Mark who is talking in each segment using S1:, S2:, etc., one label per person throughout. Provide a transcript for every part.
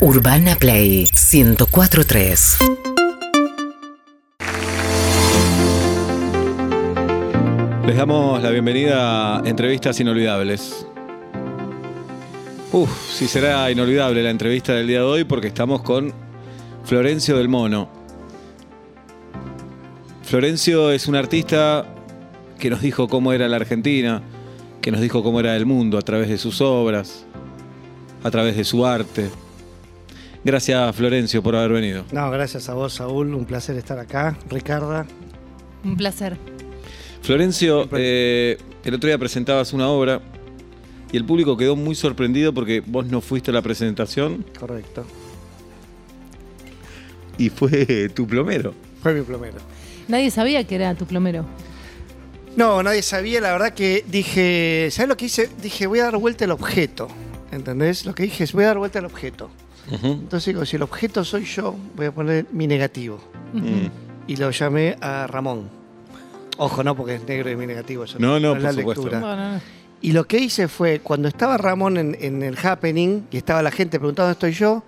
S1: Urbana Play 1043.
S2: Les damos la bienvenida a Entrevistas Inolvidables. Uf, sí será inolvidable la entrevista del día de hoy porque estamos con Florencio del Mono. Florencio es un artista que nos dijo cómo era la Argentina, que nos dijo cómo era el mundo a través de sus obras, a través de su arte. Gracias Florencio por haber venido.
S3: No, gracias a vos, Saúl. Un placer estar acá. Ricarda.
S4: Un placer.
S2: Florencio, eh, el otro día presentabas una obra y el público quedó muy sorprendido porque vos no fuiste a la presentación
S3: Correcto.
S2: y fue tu plomero.
S3: Fue mi plomero.
S4: Nadie sabía que era tu plomero.
S3: No, nadie sabía. La verdad que dije, ¿sabes lo que hice? Dije, voy a dar vuelta al objeto. ¿Entendés? Lo que dije es, voy a dar vuelta al objeto. Entonces digo, si el objeto soy yo, voy a poner mi negativo.
S2: Mm.
S3: Y lo llamé a Ramón. Ojo, no, porque es negro y mi negativo. eso
S2: No, no,
S3: es
S2: por supuesto.
S3: Ah.
S4: Bueno,
S3: Y lo que hice fue, cuando estaba Ramón en, en el happening y estaba la gente preguntando dónde estoy yo,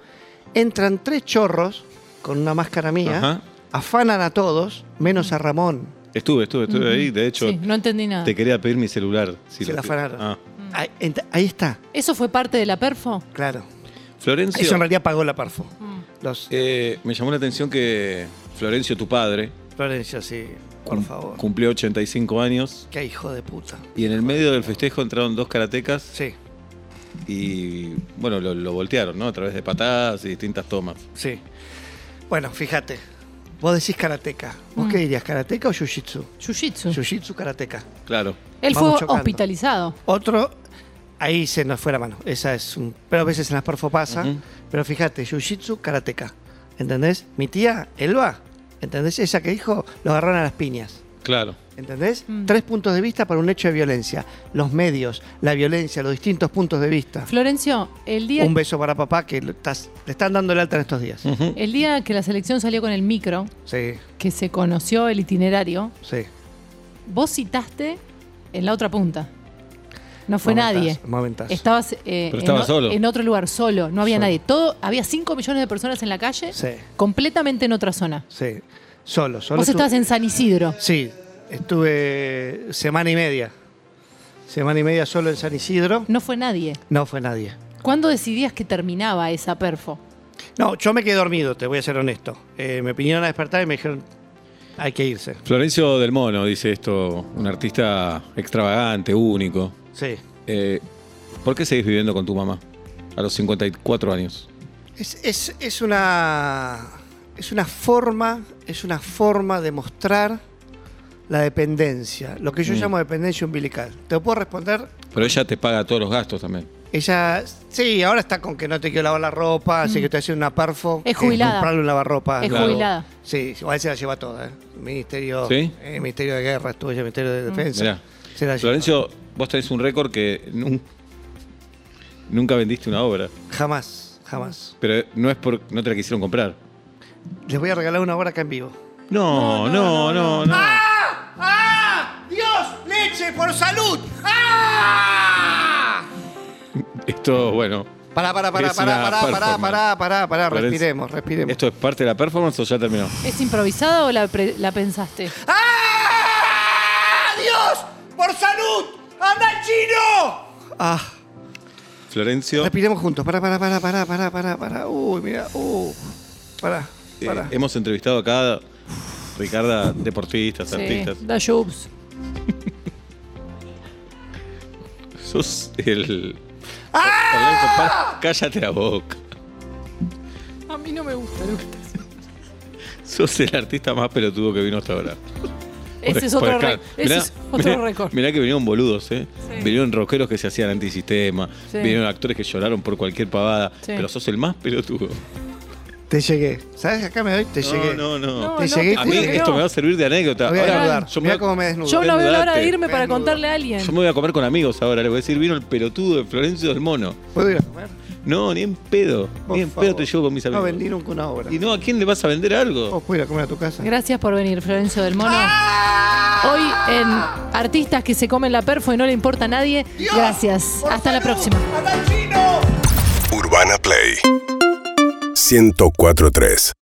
S3: entran tres chorros con una máscara mía,
S2: Ajá.
S3: afanan a todos, menos a Ramón.
S2: Estuve, estuve, estuve ahí. De hecho,
S4: sí, no entendí nada.
S2: te quería pedir mi celular. si
S3: Se
S2: lo
S3: la
S2: pi-
S3: afanaron.
S2: Ah.
S3: Ahí, ent- ahí está,
S4: ¿Eso fue parte de la perfo?
S3: claro.
S2: Florencio,
S3: Eso en realidad pagó la Parfo. Los
S2: eh, me llamó la atención que Florencio, tu padre,
S3: Florencio, sí, por
S2: cum-
S3: favor.
S2: cumplió 85 años
S3: Qué hijo de puta.
S2: y en el medio del festejo entraron dos karatecas
S3: Sí,
S2: y, bueno, lo, lo voltearon, ¿no? A través de patadas y distintas tomas.
S3: sí. Bueno, fíjate. Vos decís karateca. ¿Vos
S4: Mm.
S3: qué dirías, karateca o jiu-jitsu?
S4: Jiu-jitsu.
S3: Jiu-jitsu, karateca.
S2: Claro.
S4: Él fue
S3: Vamos chocando.
S4: hospitalizado.
S3: Otro, ahí se nos fue la mano. Esa es un. Pero a veces en las porfo pasa.
S2: Ujú.
S3: Pero fíjate, jiu-jitsu, karateca. ¿Entendés? Mi tía, Elba. ¿Entendés? Esa que dijo, lo agarraron a las piñas.
S2: Claro.
S3: ¿Entendés?
S4: Mm.
S3: Tres puntos de vista para un hecho de violencia. Los medios, la violencia, los distintos puntos de vista.
S4: Florencio, el día,
S3: Un beso para papá que lo estás- le están dando el alta en estos días.
S2: Ujú.
S4: el día que la selección salió con el micro,
S3: Sí,
S4: que se conoció el itinerario,
S3: sí.
S4: vos citaste en la otra punta. No fue
S3: Momentazo,
S4: nadie.
S3: momentazo.
S4: Estabas, eh,
S2: Pero estaba
S4: en, o-
S2: solo.
S4: en otro lugar, solo. No había
S3: Solo.
S4: nadie. Todo, había 5 millones de personas en la calle,
S3: Sí.
S4: completamente en otra zona.
S3: Sí. Solo, solo.
S4: Vos
S3: estuve-
S4: estabas en San Isidro.
S3: Sí, estuve semana y media. Semana y media solo en San Isidro.
S4: No fue nadie.
S3: No fue nadie.
S4: ¿Cuándo decidías que terminaba esa perfo?
S3: No, yo me quedé dormido, te voy a ser honesto. Eh, me vinieron a despertar y me dijeron, hay que irse.
S2: Florencio del Mono dice esto, un artista extravagante, único.
S3: Sí.
S2: Eh, ¿Por qué seguís viviendo con tu mamá a los 54 años?
S3: Es, es- es una. Es una forma. Es una forma de mostrar la dependencia. Lo que yo
S2: Mm.
S3: llamo dependencia umbilical. Te puedo responder.
S2: Pero ella te paga todos los gastos también.
S3: Ella. Sí, ahora está con que no te quiero lavar la ropa, así que te hace una perfo.
S4: Mm. Es
S3: que
S4: jubilada.
S3: Comprarle un lavarropa.
S4: es
S2: claro.
S4: jubilada.
S3: Sí, igual se la lleva toda, ¿eh? Ministerio,
S2: ¿Sí?
S3: eh, Ministerio de Guerra, estuvo ella, Ministerio de
S4: Mm.
S3: Defensa.
S2: Mirá.
S3: Se la lleva.
S2: Florencio, vos tenés un récord que nun- nunca vendiste una obra,
S3: Jamás, jamás.
S2: pero no es por no te la quisieron comprar.
S3: Les voy a regalar una hora acá en vivo.
S2: No, no, no, no.
S3: ¡Ah! ¡Ah! ¡Dios! ¡Leche por salud! ¡Ah!
S2: Esto, bueno,
S3: Pará, pará, pará,
S2: Es
S3: pará,
S2: una
S3: pará, pará,
S2: performance.
S3: pará, pará, pará,
S2: Parece-
S3: respiremos, respiremos.
S2: esto es parte de la performance o ya terminó.
S4: ¿Es improvisada o la, pre- la pensaste?
S3: ¡Ah! ¡Dios! ¡Por salud! ¡Anda el chino! Ah,
S2: Florencio,
S3: respiremos juntos. Pará, pará, pará, pará, pará, pará, pará. Uy, mira, uh. Pará,
S2: eh,
S3: pará.
S2: hemos entrevistado acá a Ricarda, deportistas,
S4: Sí,
S2: artistas.
S4: da jobs.
S2: Sos el.
S4: ¡Ah!
S2: Orlando Paz, cállate la boca.
S4: A mí no me gusta lo que estás
S2: Sos el artista más pelotudo que vino hasta ahora.
S4: Ese es
S2: Por
S4: otro,
S2: acá.
S4: re- ese es otro
S2: mirá-
S4: récord.
S2: Mirá que vinieron boludos, ¿eh?
S4: Sí.
S2: Vinieron rockeros que se hacían antisistema,
S4: Sí.
S2: vinieron actores que lloraron por cualquier pavada,
S4: Sí.
S2: pero sos el más pelotudo.
S3: Te llegué. ¿Sabes? Acá me doy, te llegué.
S2: No, no, no.
S4: No,
S3: Te
S4: no,
S3: llegué.
S4: te
S2: A mí
S4: juro que
S2: esto
S4: no.
S2: me va a servir de anécdota.
S3: Me voy a
S2: Ahora,
S3: desnudar.
S2: yo, me
S3: Mirá
S2: voy
S3: cómo
S2: a,
S3: me desnudo.
S4: Yo no veo la hora de irme para
S3: Desnudo.
S4: contarle a alguien.
S2: yo me voy a comer con amigos ahora. Le voy a decir, vino el pelotudo de Florencio del Mono.
S3: ¿Puedo ir a comer?
S2: No, ni en pedo.
S3: Por
S2: ni en
S3: favor.
S2: pedo te llevo con mis amigos.
S3: No vendí nunca una obra.
S2: Y no, ¿a quién le vas a vender algo?
S3: ¿Vos puedo ir a comer a tu casa?
S4: Gracias por venir, Florencio del Mono. Hoy en Artistas que se comen la perfo y no le importa a nadie. Gracias. Hasta la próxima.
S5: Urbana Play 1043.